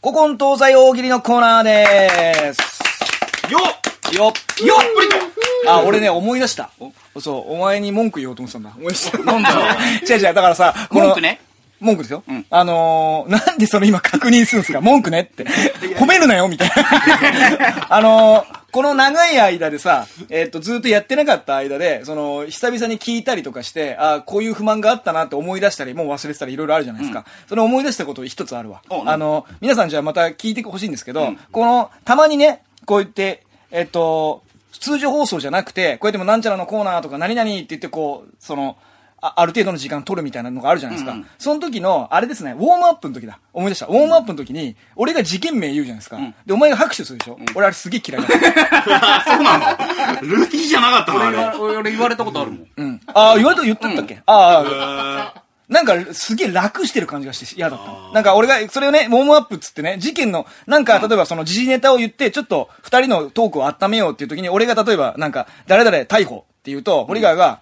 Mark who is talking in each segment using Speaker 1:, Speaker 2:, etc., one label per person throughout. Speaker 1: 古今東西大喜利のコーナーです。
Speaker 2: よ
Speaker 1: よっ
Speaker 2: よっプリ
Speaker 1: あ、俺ね、思い出した。おそう、お前に文句言おうと思ってたんだ。思い出した。
Speaker 2: なんだろう
Speaker 1: 違う違う、だからさ、この
Speaker 2: 文句ね。
Speaker 1: 文句ですよ。
Speaker 2: ん
Speaker 1: あのー、なんでそれ今確認するんですか文句ねって。褒めるなよみたい な。あのー、この長い間でさ、えっと、ずっとやってなかった間で、その、久々に聞いたりとかして、あーこういう不満があったなって思い出したり、もう忘れてたりいろいろあるじゃないですか。それ思い出したこと一つあるわ。
Speaker 2: お
Speaker 1: あの、皆さんじゃあまた聞いてほしいんですけど、この、たまにね、こう言って、えっと、通常放送じゃなくて、こうやってもなんちゃらのコーナーとか何々って言ってこう、その、あある程度の時間取るみたいなのがあるじゃないですか。
Speaker 2: うんうん
Speaker 1: その時の、あれですね、ウォームアップの時だ。思い出した。ウォームアップの時に、俺が事件名言うじゃないですか。で、お前が拍手するでしょ、俺あれすげえ嫌いだった。
Speaker 2: あ、そうなのルーティンじゃなかったのあれ。
Speaker 3: 俺俺言われたことあるもん。
Speaker 1: うん。ああ、言われた、言ってったっけ、ああ、なんか、すげえ楽してる感じがして嫌だったの。なんか、俺が、それをね、ウォームアップっつってね、事件の、なんか、例えばその時事ネタを言って、ちょっと、二人のトークを温めようっていう時に、俺が例えば、なんか、誰々逮捕って言うと、森川 が、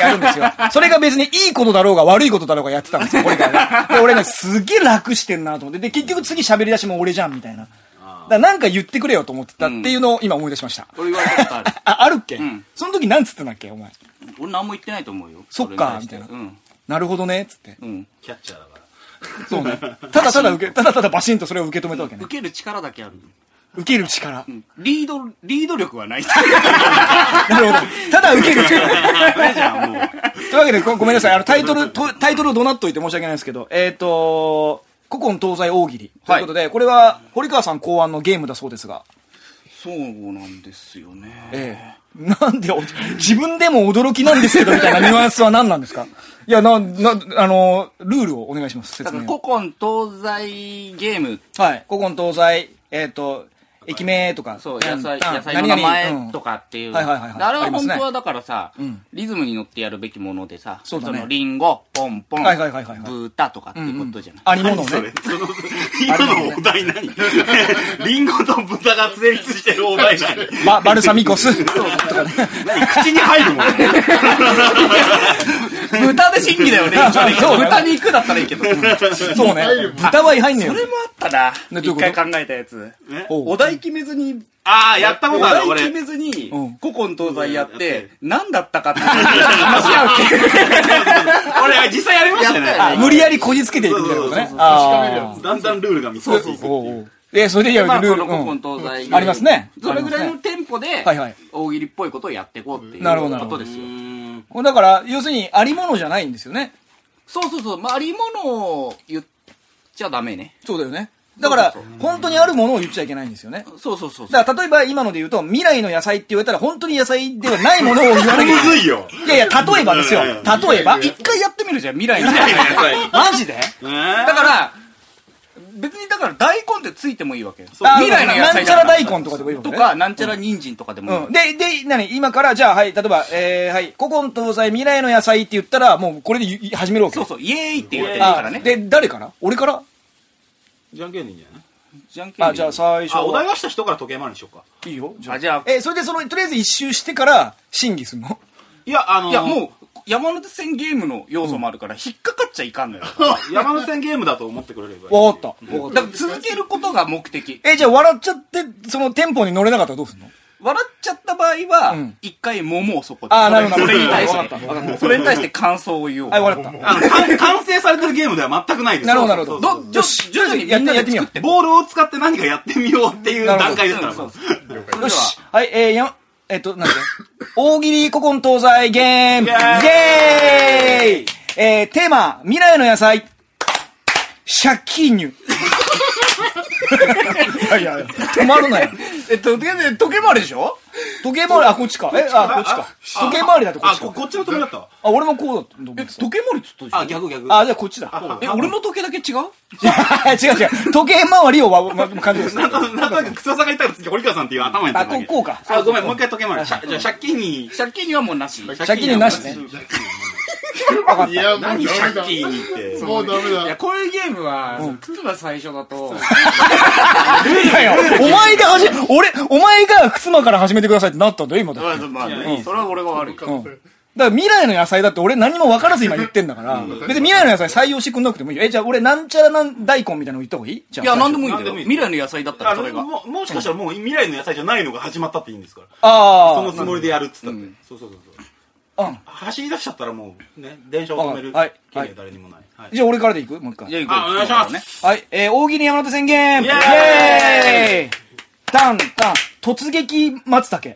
Speaker 1: やるんですよ。それが別にいいことだろうが悪いことだろうがやってたんですよ、俺からね。で、俺ね、すげえ楽してんなと思って。で、結局次喋り出しも俺じゃん、みたいな。だからなんか言ってくれよと思ってたっていうのを今思い出しました。
Speaker 3: 俺言われたことある。
Speaker 1: あ、あるっけ、
Speaker 3: ん
Speaker 1: その時なんつってんだっけお前。
Speaker 3: 俺何も言ってないと思うよ。
Speaker 1: そっか、み
Speaker 3: れ
Speaker 1: たい
Speaker 3: に
Speaker 1: な
Speaker 3: 対してうん。。
Speaker 1: なるほどね、っつって。
Speaker 3: うん。
Speaker 2: キャッチャーだから。
Speaker 1: そうね。ただただ受け、ただただバシンとそれを受け止めたわけね
Speaker 3: 受。ける力だけある。
Speaker 1: 受ける力。
Speaker 3: リード、リード力 はない。
Speaker 1: なるほど。ただ受ける力。
Speaker 2: ダメじゃん、もう。
Speaker 1: というわけでご、ごめんなさい。あの、タイトル、とタイトルをどなっといて申し訳ないですけど、えっ、と、古今東西大喜利。ということで、これは、堀川さん考案のゲームだそうですが、
Speaker 3: そうなんですよね。
Speaker 1: ええなんで、お自分でも驚きなんですけど、みたいなニュアンスは何なんですかいや、な、な、あの、ルールをお願いします、説
Speaker 3: だから
Speaker 1: 明
Speaker 3: 古
Speaker 1: を。
Speaker 3: 今東西ゲーム。
Speaker 1: はい。古今東西、えっ、と、駅名とか、
Speaker 3: そう、
Speaker 1: な
Speaker 3: 野
Speaker 1: ん
Speaker 3: 菜、
Speaker 1: あ
Speaker 3: 野菜の名
Speaker 1: 何々うん
Speaker 3: 前とかっていう。
Speaker 1: はいはいはいはい
Speaker 3: であれ
Speaker 1: あ
Speaker 3: は
Speaker 1: ります
Speaker 3: 本
Speaker 1: ね
Speaker 3: 当はだからさ
Speaker 1: ん、
Speaker 3: リズムに乗ってやるべきものでさ、
Speaker 1: そうだね
Speaker 3: のリンゴ、ポンポン、
Speaker 1: はいはいはいはいはい
Speaker 3: 豚とかっていうことじゃない。
Speaker 1: ありものを
Speaker 2: 何そ
Speaker 1: ね
Speaker 2: れ。その、今のお題 何リンゴと豚が成立してるお題何
Speaker 1: ババルサミコス。
Speaker 2: 口に入るもん。
Speaker 3: 豚で審議だよね。
Speaker 1: そうね
Speaker 3: 豚肉だったらいいけど。それも
Speaker 1: そうね。豚は入んねえよ。
Speaker 3: あったな。
Speaker 1: ねどういう
Speaker 3: 一
Speaker 1: こと
Speaker 3: 回考えたやつ。
Speaker 1: お
Speaker 3: お
Speaker 1: う
Speaker 3: 題決めずに、
Speaker 2: ああ、やったこ
Speaker 3: お
Speaker 2: とある、
Speaker 3: 題決
Speaker 2: 俺。
Speaker 3: めずに
Speaker 1: うん、
Speaker 3: 古今東西やっ
Speaker 2: うん
Speaker 3: て、何だったか って話し合うっていう。
Speaker 2: 俺、実際やりましたよ
Speaker 3: やった
Speaker 1: あ
Speaker 2: ね。
Speaker 1: 無理やりこじつけていくみたいなことね。あ
Speaker 2: だんだんルールが見つか
Speaker 1: あ。
Speaker 2: る。そうそう
Speaker 1: おうおうえ、それでいや、ル
Speaker 3: まあ、
Speaker 1: ー
Speaker 3: そ
Speaker 1: ル
Speaker 3: の古
Speaker 1: うん。
Speaker 3: 今東西、
Speaker 1: ありますね
Speaker 3: それぐらいのテンポで
Speaker 1: はいはい、
Speaker 3: 大喜利っぽいことをやっていこうっていう
Speaker 1: なるほどなる
Speaker 3: こ
Speaker 1: ほど
Speaker 3: とですよ。
Speaker 1: これだから、要するに、ありものじゃないんですよね。
Speaker 3: そうそうそう、まあ、ありものを言っちゃダメね。
Speaker 1: そうだよね。だから
Speaker 3: そうそう、
Speaker 1: 本当にあるものを言っちゃいけないんですよね。
Speaker 3: そうそうそう。
Speaker 1: だから、例えば今ので言うと、未来の野菜って言われたら、本当に野菜ではないものを言わなきゃいけ
Speaker 2: む
Speaker 1: な
Speaker 2: ず
Speaker 1: い。
Speaker 2: いよ。
Speaker 1: いやいや、例えばですよ。
Speaker 2: いやいや
Speaker 1: 例えば。
Speaker 3: 一回やってみるじゃん、未来の。
Speaker 1: マジで
Speaker 2: だ
Speaker 3: だから、別にだから大根ってついてもいいわけよ。
Speaker 2: そう
Speaker 3: 未来の野
Speaker 1: な
Speaker 3: 菜
Speaker 1: んちゃら大根とかでもいいわけ
Speaker 3: と
Speaker 1: ね
Speaker 3: か、なんちゃら人参とかでもいいわ
Speaker 1: うん、で、
Speaker 3: け。
Speaker 1: で、何今から、じゃあ、はい、例えば、えー、はい、古今東西未来の野菜って言ったら、もうこれでい始めるわけ。
Speaker 3: そうそう、イエーイって言っていい
Speaker 1: あ
Speaker 3: からね。
Speaker 1: で、誰から俺から
Speaker 2: じゃんけんでいいんじゃない
Speaker 3: じゃんけん
Speaker 1: あ、じゃあ最初
Speaker 2: あ、お題
Speaker 1: は。
Speaker 2: 出した人から時計回りにしようか。
Speaker 1: いいよ。
Speaker 3: あじゃあ
Speaker 1: え、それで、その、とりあえず一周してから、審議するの
Speaker 2: いや、あのー、
Speaker 3: いや、もう、山手線ゲームの要素もあるから、引っかかっちゃいかんのよ。
Speaker 2: 山手線ゲームだと思ってくれればいい。
Speaker 1: わかった。わか
Speaker 3: だ
Speaker 1: っ
Speaker 3: から続けることが目的。
Speaker 1: た。え、じゃあ、笑っちゃって、その、テンポに乗れなかったらどうすんの
Speaker 3: 笑っちゃった場合
Speaker 1: う
Speaker 3: は
Speaker 1: ん、
Speaker 3: 一回桃をそこで。
Speaker 1: あーなるほど
Speaker 3: それに対
Speaker 1: わかったわかっ
Speaker 3: して、それに対して感想を言おう。
Speaker 1: はい、わかった。
Speaker 2: あの、完完成されてるゲームでは全くないです。
Speaker 1: なるほどなるほど
Speaker 2: そうそうそう
Speaker 3: ど、じゃ、徐々にみんなで作って。
Speaker 2: ボールを使って何かやってみようっていう段階ですから。
Speaker 3: そう
Speaker 2: も
Speaker 3: そうそう。
Speaker 1: よ
Speaker 3: よ
Speaker 1: し
Speaker 3: し。。
Speaker 1: はい、えー、やん、えっと、なんだっ け大喜利古今東西ゲームイ
Speaker 2: イェー
Speaker 1: ェーイえー、テーマ、未来の野菜。借金 乳。いやいや、止まるなよ。
Speaker 3: えっと、時計、時計回りでしょ
Speaker 1: 時計回り、あ、こっちか。え、あ、こっちか。時計回りだとこっ
Speaker 2: あ、
Speaker 1: ち
Speaker 2: こ
Speaker 1: か。
Speaker 2: こっちの時計だったわ。
Speaker 1: あ、俺もこうだと思ってた。
Speaker 3: 時計回りっつったじゃん。
Speaker 2: あ、逆逆。
Speaker 1: あ、じゃあこっちだ。
Speaker 3: え、俺の 時計だけ違
Speaker 1: 違
Speaker 3: う
Speaker 1: う違う。時計回りをわ、ま、感じです。
Speaker 2: なんとなく草さんが言ったら次、堀川さんっていう頭にな
Speaker 1: あ、
Speaker 2: っただ
Speaker 1: こう、
Speaker 2: け
Speaker 1: こうか。
Speaker 2: あ、ごめん、もう一回時計回り。しゃじゃあ、借金に。
Speaker 3: 借金にはもうなし。い
Speaker 1: 借金になしね。
Speaker 4: いや、もうダメ
Speaker 2: 何借
Speaker 4: だ。
Speaker 2: 金にって。
Speaker 4: もうダメだ。
Speaker 3: や、こういうゲームは、靴が最初だと、
Speaker 1: いやいや、お前が始め、俺、お前が靴間から始めてくださいってなったんだよ、今だ。
Speaker 3: まあ、それは俺が悪い。
Speaker 1: うん。だから未来の野菜だって俺何も分からず今言ってんだから、別に未来の野菜採用してくんなくてもいいよ。え、じゃあ俺なんちゃらなん大根みたいなの言った方がいいじゃあ。
Speaker 3: い や、なんでもいい
Speaker 2: なんんで
Speaker 3: だよ。
Speaker 2: もいい
Speaker 3: 未来の野菜だった
Speaker 2: あ
Speaker 3: らそれ
Speaker 2: の
Speaker 3: が。
Speaker 2: ももしかしたらもう未来の野菜じゃないのが始まったっていいんですからそ
Speaker 1: あ
Speaker 2: のつもりでやるっつったってそうそうそうそう
Speaker 1: あ。うん。
Speaker 2: 走り出しちゃったらもうね電車を止める
Speaker 1: あはい
Speaker 2: 権利は誰にもないはい
Speaker 1: じゃあ俺からでいくもう一回。
Speaker 3: じゃあ行こう
Speaker 2: あお願いします
Speaker 1: はい、えー、大喜利山手宣言イ
Speaker 2: エーイ
Speaker 1: エーイタンタン、突撃松茸。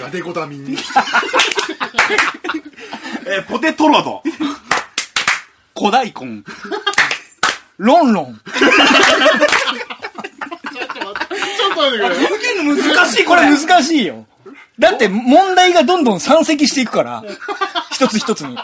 Speaker 4: ガデゴダミン。
Speaker 2: えーポテトロド
Speaker 3: 小大根。
Speaker 1: ロンロン。
Speaker 4: ちょっと待ってくれ。
Speaker 1: 難しい、これ難しいよ。だって問題がどんどん山積していくから、一つ一つに。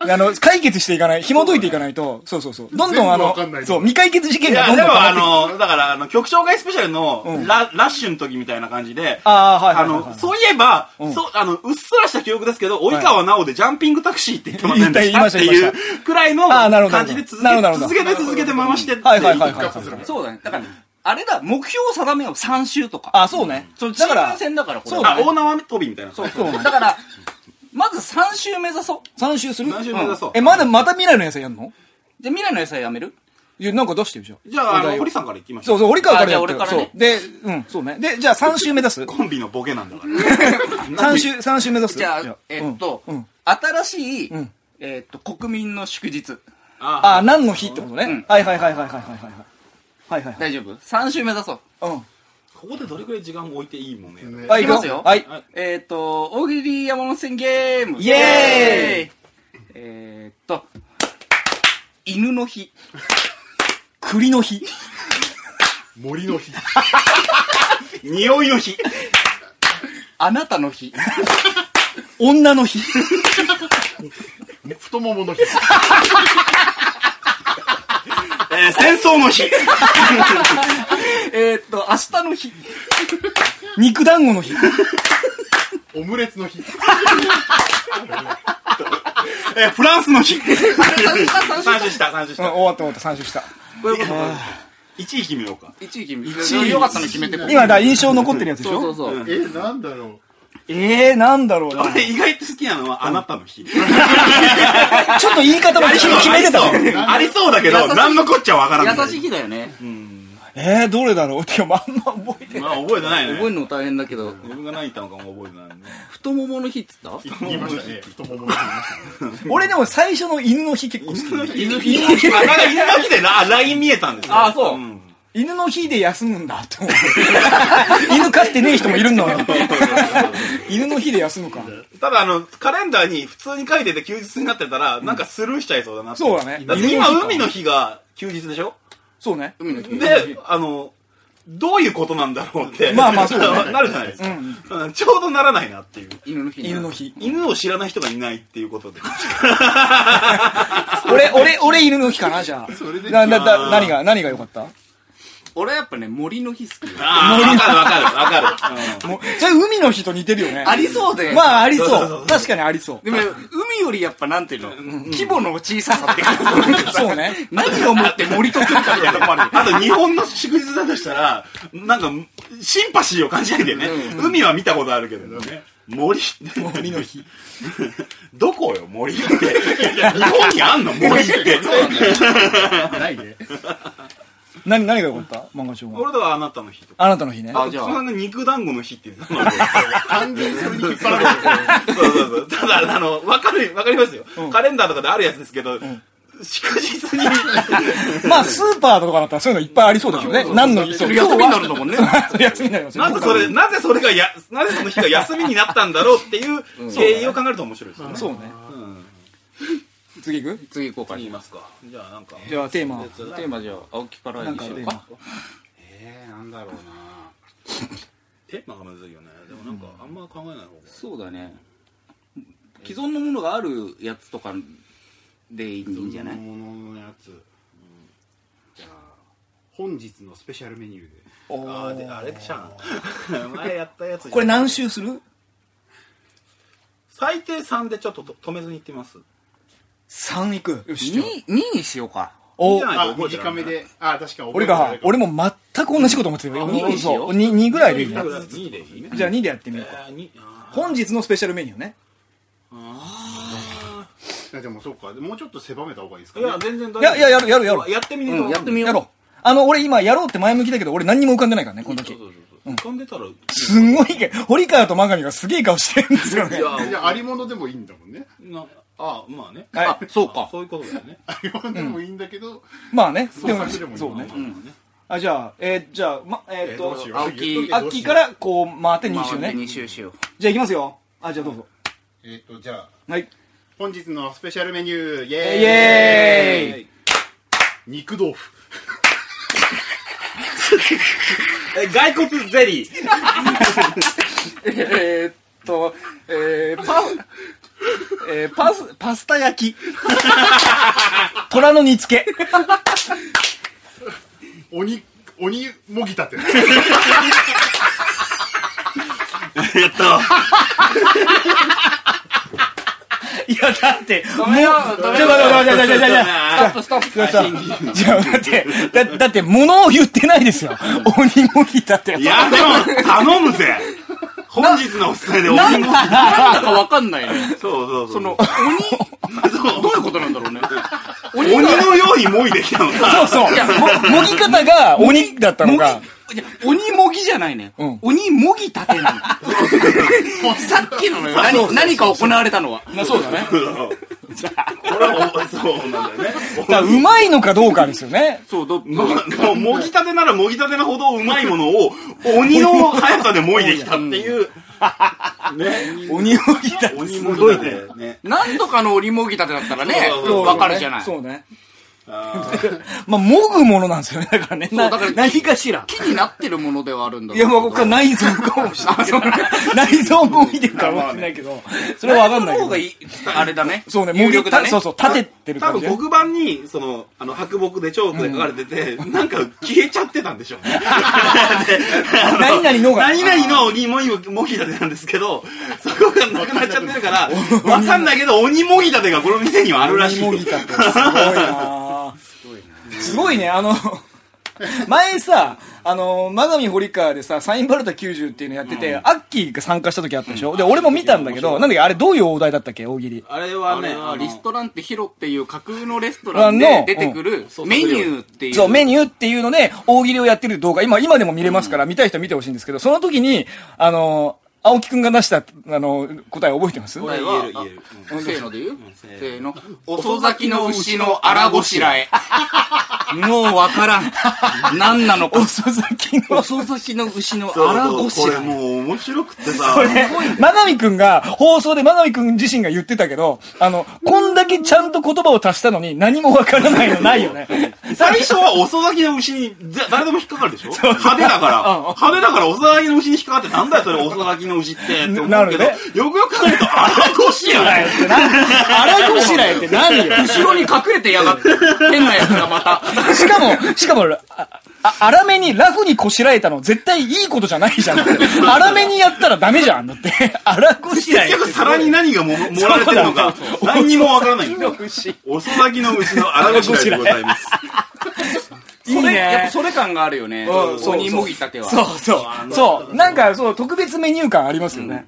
Speaker 1: あの、解決していかない、紐解いていかないと、そうそうそう。どんどんあ
Speaker 4: 全部わ
Speaker 1: の
Speaker 4: かんない、
Speaker 1: そう、未解決事件
Speaker 2: い
Speaker 1: が
Speaker 2: や
Speaker 1: どん
Speaker 2: で
Speaker 1: どん溜
Speaker 2: も
Speaker 1: ま
Speaker 2: あ
Speaker 1: っていく。
Speaker 2: のだからあの曲紹介スペシャルの
Speaker 1: ん
Speaker 2: ララッシュの時みたいな感じで
Speaker 1: あーはいは
Speaker 2: あ
Speaker 1: いはいはい
Speaker 2: のそういえばそうあのうっすらした記憶ですけど及川奈緒でジャンピングタクシーって言ってませんでし
Speaker 1: 言い
Speaker 2: た
Speaker 1: ま
Speaker 2: っ
Speaker 1: した
Speaker 2: て
Speaker 1: 言いま
Speaker 2: い
Speaker 1: し
Speaker 2: う
Speaker 1: た
Speaker 2: くらいの
Speaker 1: あーなるほど
Speaker 2: 感じで続
Speaker 1: なるほどなるほ
Speaker 2: け
Speaker 1: ど
Speaker 2: 続けて続けて回してって
Speaker 1: はいはいはいはい
Speaker 4: 一括するから
Speaker 3: そうだね。だから、あれだ、目標を定めよう。3週とか。
Speaker 1: あ、そうね。
Speaker 3: そう、チ
Speaker 1: だ
Speaker 3: ー
Speaker 1: か
Speaker 3: ム
Speaker 1: ら、
Speaker 3: 戦だから、これ。
Speaker 1: そうだ
Speaker 2: あ
Speaker 1: ね
Speaker 2: 大縄跳びみたいな
Speaker 3: そうそう。だから、まず3週目指そう。
Speaker 1: 3周する
Speaker 2: 何週目指そう
Speaker 1: え、まだ、また未来の野菜やんの
Speaker 3: じゃあ未来の野菜やめる
Speaker 1: いや、なんか出してるじゃん。
Speaker 2: じゃああ
Speaker 1: お
Speaker 2: の
Speaker 1: 題を
Speaker 2: 堀さんからいきましょ
Speaker 1: そう
Speaker 2: う
Speaker 1: そう、俺からからやって
Speaker 3: あじゃあ俺
Speaker 1: そう。で、うん、そうね。で、じゃあ3周目指す
Speaker 2: コンビのボケなんだから
Speaker 1: 三週、三週目指す
Speaker 3: じゃあ、えっと
Speaker 1: うんうん、
Speaker 3: 新しい
Speaker 1: ん、
Speaker 3: えっと、国民の祝日。
Speaker 2: あ
Speaker 1: あ、何の日ってことね。はいはいはいはいはいはいはい。はいはいはい。
Speaker 3: 大丈夫 ?3 週目指そう。
Speaker 1: う
Speaker 2: ここでどれくらい時間を置いていいもんね
Speaker 1: ん。
Speaker 4: ね
Speaker 1: はい、
Speaker 3: いきますよ
Speaker 1: はい。
Speaker 3: えっと、大喜利山手線ゲーム。
Speaker 1: イエ
Speaker 3: イえっと、犬の日。
Speaker 1: 栗の日。
Speaker 4: 森の日。
Speaker 2: 匂いの日
Speaker 3: あなたの日。
Speaker 1: 女の日。
Speaker 4: 太ももの日。
Speaker 2: えー戦争の日
Speaker 3: えっと、明日の日。
Speaker 1: 肉団子の日。
Speaker 4: オムレツの日。
Speaker 2: えーフランスの日三
Speaker 3: 三
Speaker 2: 種した三種し
Speaker 1: うん、
Speaker 2: た
Speaker 1: 終わった終わった、3周した。
Speaker 3: こういうこと
Speaker 2: 1位決めようか
Speaker 3: 1位決めて。よかったの決めてこう
Speaker 1: 今、だから印象残ってるやつでし
Speaker 3: そうそ
Speaker 1: ょ
Speaker 3: うそう。
Speaker 4: え、なんだろ
Speaker 1: ええ、なんだろうな。
Speaker 2: 俺意外と好きなのはあなたの日
Speaker 1: ちょっと言い方まで決めてた
Speaker 2: あ。りそうありそうだけど
Speaker 3: 優しい
Speaker 2: 何のこっちゃわからない
Speaker 3: 優しい日だよね。
Speaker 1: えー、どれだろうって、まんま覚えてない。
Speaker 2: まあ覚えてないね
Speaker 3: 覚えるの大変だけど、
Speaker 2: 自分が何言ったのかも覚えてないね
Speaker 3: 太ももの日っつった
Speaker 4: う。言いましたね。太ももの日。
Speaker 1: 俺でも最初の犬の日結構好き。
Speaker 2: 犬の日あなんか犬の日でなあライン見えたんですよ
Speaker 3: あそうん
Speaker 1: 犬の日で休むんだって思う。犬飼ってねえ人もいるのよ。犬の日で休むか。
Speaker 2: ただあのカレンダーに普通に書いてて休日になってたらなんかスルーしちゃいそうだなって
Speaker 1: そうだね
Speaker 2: って
Speaker 1: 犬の
Speaker 2: 今
Speaker 1: 日か
Speaker 2: 海の日が休日でしょ
Speaker 1: そうね。
Speaker 3: 海の日。
Speaker 2: であのどういうことなんだろうって
Speaker 1: まあまあそうだね
Speaker 2: なるじゃないですか、うんちょうどならないなっていう
Speaker 3: 犬の日。
Speaker 1: 犬の。日。
Speaker 2: 犬を知らない人がいないっていうことで
Speaker 1: 俺、俺、俺犬の日かな、じゃあ。な、な、な、何が、何が良かった
Speaker 3: 俺はやっぱね、森の日好き。
Speaker 2: ああ、わかるわかるわかる。
Speaker 1: もう、それ海の日と似てるよね。
Speaker 3: ありそうで。
Speaker 1: まあ、あり
Speaker 2: そうそうそ
Speaker 1: そう。確かにありそう。
Speaker 3: でも、海よりやっぱなんていうの、規模の小ささって感じ
Speaker 1: そうね。
Speaker 3: 何をもって森とするかみたいなとこある
Speaker 2: あと日本の祝日だとしたら、なんか、シンパシーを感じないんだよね。海は見たことあるけどね。森森の日。どこよ、森って。日本にあんの森って。
Speaker 4: ないね。
Speaker 1: 何、何が良かった漫画賞は。
Speaker 2: 俺とはあなたの日とか。
Speaker 1: あなたの日ね。
Speaker 3: あ、じ
Speaker 2: そ
Speaker 3: ゃ
Speaker 2: の
Speaker 3: あ、
Speaker 2: 辺が肉団子の日って言ってたの
Speaker 4: 完全にそれに引っ張られてる。
Speaker 2: そうそうそう。ただ、あの、わかる、わかりますよ。カレンダーとかであるやつですけど、祝 日に、
Speaker 1: まあ、スーパーとかだったらそういうのいっぱいありそうですよね。何の日そう。
Speaker 3: 休みになるんだもんね。
Speaker 1: それ 休みになりますよ
Speaker 2: なぜそれ、なぜそれがや、なぜその日が休みになったんだろうっていう経緯を考えると面白いですよね。
Speaker 1: そうね。次行く
Speaker 3: 次行こうか。
Speaker 2: 言いますか。じゃあなんか。
Speaker 1: じゃあ、テーマ。
Speaker 3: テーマじゃあ、青木から
Speaker 1: なん
Speaker 3: に
Speaker 1: か
Speaker 3: し
Speaker 1: テ
Speaker 3: よ
Speaker 1: ーマ
Speaker 3: うか。。
Speaker 2: えー、なんだろうな。テーマがむずいよね。でもなんかあんま考えない方が。
Speaker 3: そうだね。既存のものがあるやつとかでいいんじゃない
Speaker 5: 物のやつ、じゃあ本日のスペシャルメニューで
Speaker 2: あーであれじゃ ん。前やったやつじゃん
Speaker 1: これ何周する
Speaker 2: 最低3でちょっとと止めずにいってみます。
Speaker 1: ?3 行く。よし。じゃあ
Speaker 3: ?2 位にしようか。
Speaker 1: お
Speaker 2: じゃ、ない
Speaker 4: あ
Speaker 2: と、覚えてら
Speaker 4: 短
Speaker 2: れな
Speaker 4: め
Speaker 2: い。
Speaker 4: で。あ、確か
Speaker 1: 俺が、俺も全く同じこと思ってるよ。
Speaker 3: 二にし
Speaker 1: そ
Speaker 3: よう
Speaker 1: う。2、二ぐらいでいいね。
Speaker 2: 2でいいね。
Speaker 1: じゃあ2でやってみようか。
Speaker 2: あーにあ
Speaker 1: 本日のスペシャルメニューね。
Speaker 4: いやでもそうかもうちょっと狭めた方がいいですか
Speaker 2: い
Speaker 4: ね
Speaker 2: や、全然大
Speaker 1: いや、いや、やる、やる、やる。
Speaker 2: やってみ
Speaker 3: う
Speaker 2: る
Speaker 3: ん、やってみよ
Speaker 1: や
Speaker 3: う。
Speaker 1: ろう。あの、俺今やろうって前向きだけど、俺何にも浮かんでないからね、この
Speaker 2: そう
Speaker 1: 時。
Speaker 2: そうそう。浮かんでたら、
Speaker 1: すんごいけ、堀川と真上がすげえ顔してるんですよね。
Speaker 4: じゃあありものでもいいんだもんね
Speaker 2: なああ、まあね。
Speaker 1: は
Speaker 3: あ、そうか。
Speaker 2: そういうことだよね。
Speaker 4: ありものでもいいんだけど
Speaker 1: い。まあね。で
Speaker 4: 創作でもいい
Speaker 1: も、
Speaker 4: な
Speaker 1: そうね。
Speaker 3: うん。
Speaker 1: あ、じゃあ、えーじゃあ、ま、えーっ
Speaker 4: ど
Speaker 1: と
Speaker 4: うし、よう
Speaker 3: 青木
Speaker 1: アッキーからこう回って2
Speaker 3: 回
Speaker 1: 周
Speaker 3: って
Speaker 1: ね。
Speaker 3: 2周しよう。
Speaker 1: じゃあ行きますよ。あ、じゃあどうぞ。
Speaker 4: えっとじゃあ
Speaker 1: はい。
Speaker 4: 本日のスペシャルメニューイ
Speaker 1: イ
Speaker 4: エーイ
Speaker 1: エーイ
Speaker 4: 肉豆腐
Speaker 2: え、骸骨ゼリー。
Speaker 1: えーっと、えー、パ、えー、パス、パスタ 焼き。虎の煮付け。
Speaker 4: 鬼鬼もぎたて
Speaker 2: やった。
Speaker 1: いや、だって、もう、
Speaker 3: め
Speaker 1: ち
Speaker 3: よ
Speaker 1: ょ、
Speaker 3: う止め
Speaker 1: ち
Speaker 3: よ
Speaker 1: ょ、ちょ、ちょ、ちょ、ちょ、ち
Speaker 3: う
Speaker 1: ょ、
Speaker 3: ストップストップ。
Speaker 1: じゃあ、だって、だ、だって、物を言ってないです よ。鬼もぎたって。
Speaker 2: いや、でも、頼むぜ。本日のお伝えで鬼も。
Speaker 3: なんだかわかんない
Speaker 2: そう
Speaker 3: ね。
Speaker 2: そうそう。その、
Speaker 3: どういうことなんだろうね。
Speaker 2: 鬼のようにもいできたのか。
Speaker 1: そうそう。も、もぎ方が鬼だったのが。
Speaker 3: いや鬼もぎじゃないね。
Speaker 1: うん
Speaker 3: 鬼もぎたてなの。
Speaker 2: そうそう
Speaker 3: さっきのね、
Speaker 2: そ
Speaker 3: 何
Speaker 2: う
Speaker 3: 何か行われたのは。そうだね。
Speaker 2: これはお、そうなんだよね。
Speaker 1: だからうまいのかどうかですよね。
Speaker 3: そう、ど、ど
Speaker 2: もももぎたてならもぎたてなほどうまいものを鬼の速さでもいできたっていう。ね。
Speaker 1: 鬼もぎたて。
Speaker 2: 鬼もぎたて。ね。
Speaker 3: 何度かの鬼もぎたてだったらね
Speaker 2: そうそうそ、う
Speaker 3: わかるじゃない。
Speaker 1: そうね。
Speaker 2: あ
Speaker 1: まあ、もぐものなんですよね。だからね。な
Speaker 3: そうだから
Speaker 1: 何かしら。
Speaker 3: 木になってるものではあるんだ
Speaker 1: いや、まあ、
Speaker 3: ろ
Speaker 1: こ
Speaker 3: うけ
Speaker 1: こ
Speaker 3: ど
Speaker 1: は内臓かもしれないけど。内臓も見てるかもしれないけど。それはわかん ない
Speaker 3: 内臓の方が
Speaker 1: け
Speaker 3: いいあれだね。
Speaker 1: ど。そうね、も
Speaker 3: 有
Speaker 1: ぎ
Speaker 3: 力だ
Speaker 1: た、
Speaker 3: ね。
Speaker 1: そうそう、立ててる
Speaker 2: 多
Speaker 1: 感じ
Speaker 2: 分
Speaker 1: ね。
Speaker 2: 黒板に、その、あの、白木でチョークで書かれてて、なんか消えちゃってたんでしょうね。
Speaker 1: 何々のが
Speaker 2: 何々の鬼もぎもぎたてなんですけど、そこがなくなっちゃってるから、わかんないけど、鬼もぎたてがこの店にはあるらしい。
Speaker 1: 鬼もぎたってすごいなすごいね、あの、前さ、あの、マガミ堀川でさ、サインバルタ90っていうのやってて、アッキーが参加した時あったでしょ、で、俺も見たんだけど、なんだっけ、あれどういうお題だったっけ、大喜利。
Speaker 2: あれ
Speaker 3: あ
Speaker 2: はね、
Speaker 3: れは
Speaker 2: あの
Speaker 3: リストランテヒロっていう架空のレストランで出てくるメニューっていう。
Speaker 1: そう、メニューっていうので、大喜利をやってる動画、今、今でも見れますから、見たい人は見てほしいんですけど、その時に、あの、青木くんが出した、あの、答え覚えてます
Speaker 2: これ言える言える。うん
Speaker 3: せーので言うせ
Speaker 2: せーの
Speaker 3: ーの。遅咲きの牛の荒ごしらえ。 もうわからん。何なのか。
Speaker 1: 遅咲きの。
Speaker 3: 遅咲きの牛の
Speaker 2: そう
Speaker 3: 荒ご
Speaker 2: そ
Speaker 3: し
Speaker 2: うこれ
Speaker 3: らえ。
Speaker 2: もう面白くってさ
Speaker 1: こ、れ、まなみくんが、放送でまなみくん自身が言ってたけど、あの、こんだけちゃんと言葉を足したのに何もわからないのないよ ね。
Speaker 2: 最初は遅咲きの牛にぜ誰でも引っかかるでしょ派手だから。派手だから遅咲きの牛に引っかかってなんだよそれ遅咲きの牛ってって思
Speaker 1: な
Speaker 2: う
Speaker 1: る
Speaker 2: け
Speaker 1: よ
Speaker 2: ど、
Speaker 1: ね
Speaker 2: よくよく考えると荒腰やね。
Speaker 1: 荒ごしらえって何よ。
Speaker 3: 後ろに隠れてや がって。変なやつがま た。
Speaker 1: しかも、しかも、あ、あ粗めに、ラフにこしらえたの絶対いいことじゃないじゃん。粗めにやったらダメじゃん。だって、荒ごしらえ
Speaker 2: 結。局皿に何がも盛られてるのか
Speaker 1: そうだ、
Speaker 2: 何にもわからないんだよ。
Speaker 1: 牛。
Speaker 2: 遅咲きの牛の荒腰でございます。
Speaker 1: いい
Speaker 3: それやっ
Speaker 1: ね
Speaker 3: ぱ。それ感があるよね。
Speaker 1: うんそう
Speaker 3: 鬼もぎたては。
Speaker 1: そうそう。そう。なんか、そう、特別メニュー感ありますよね。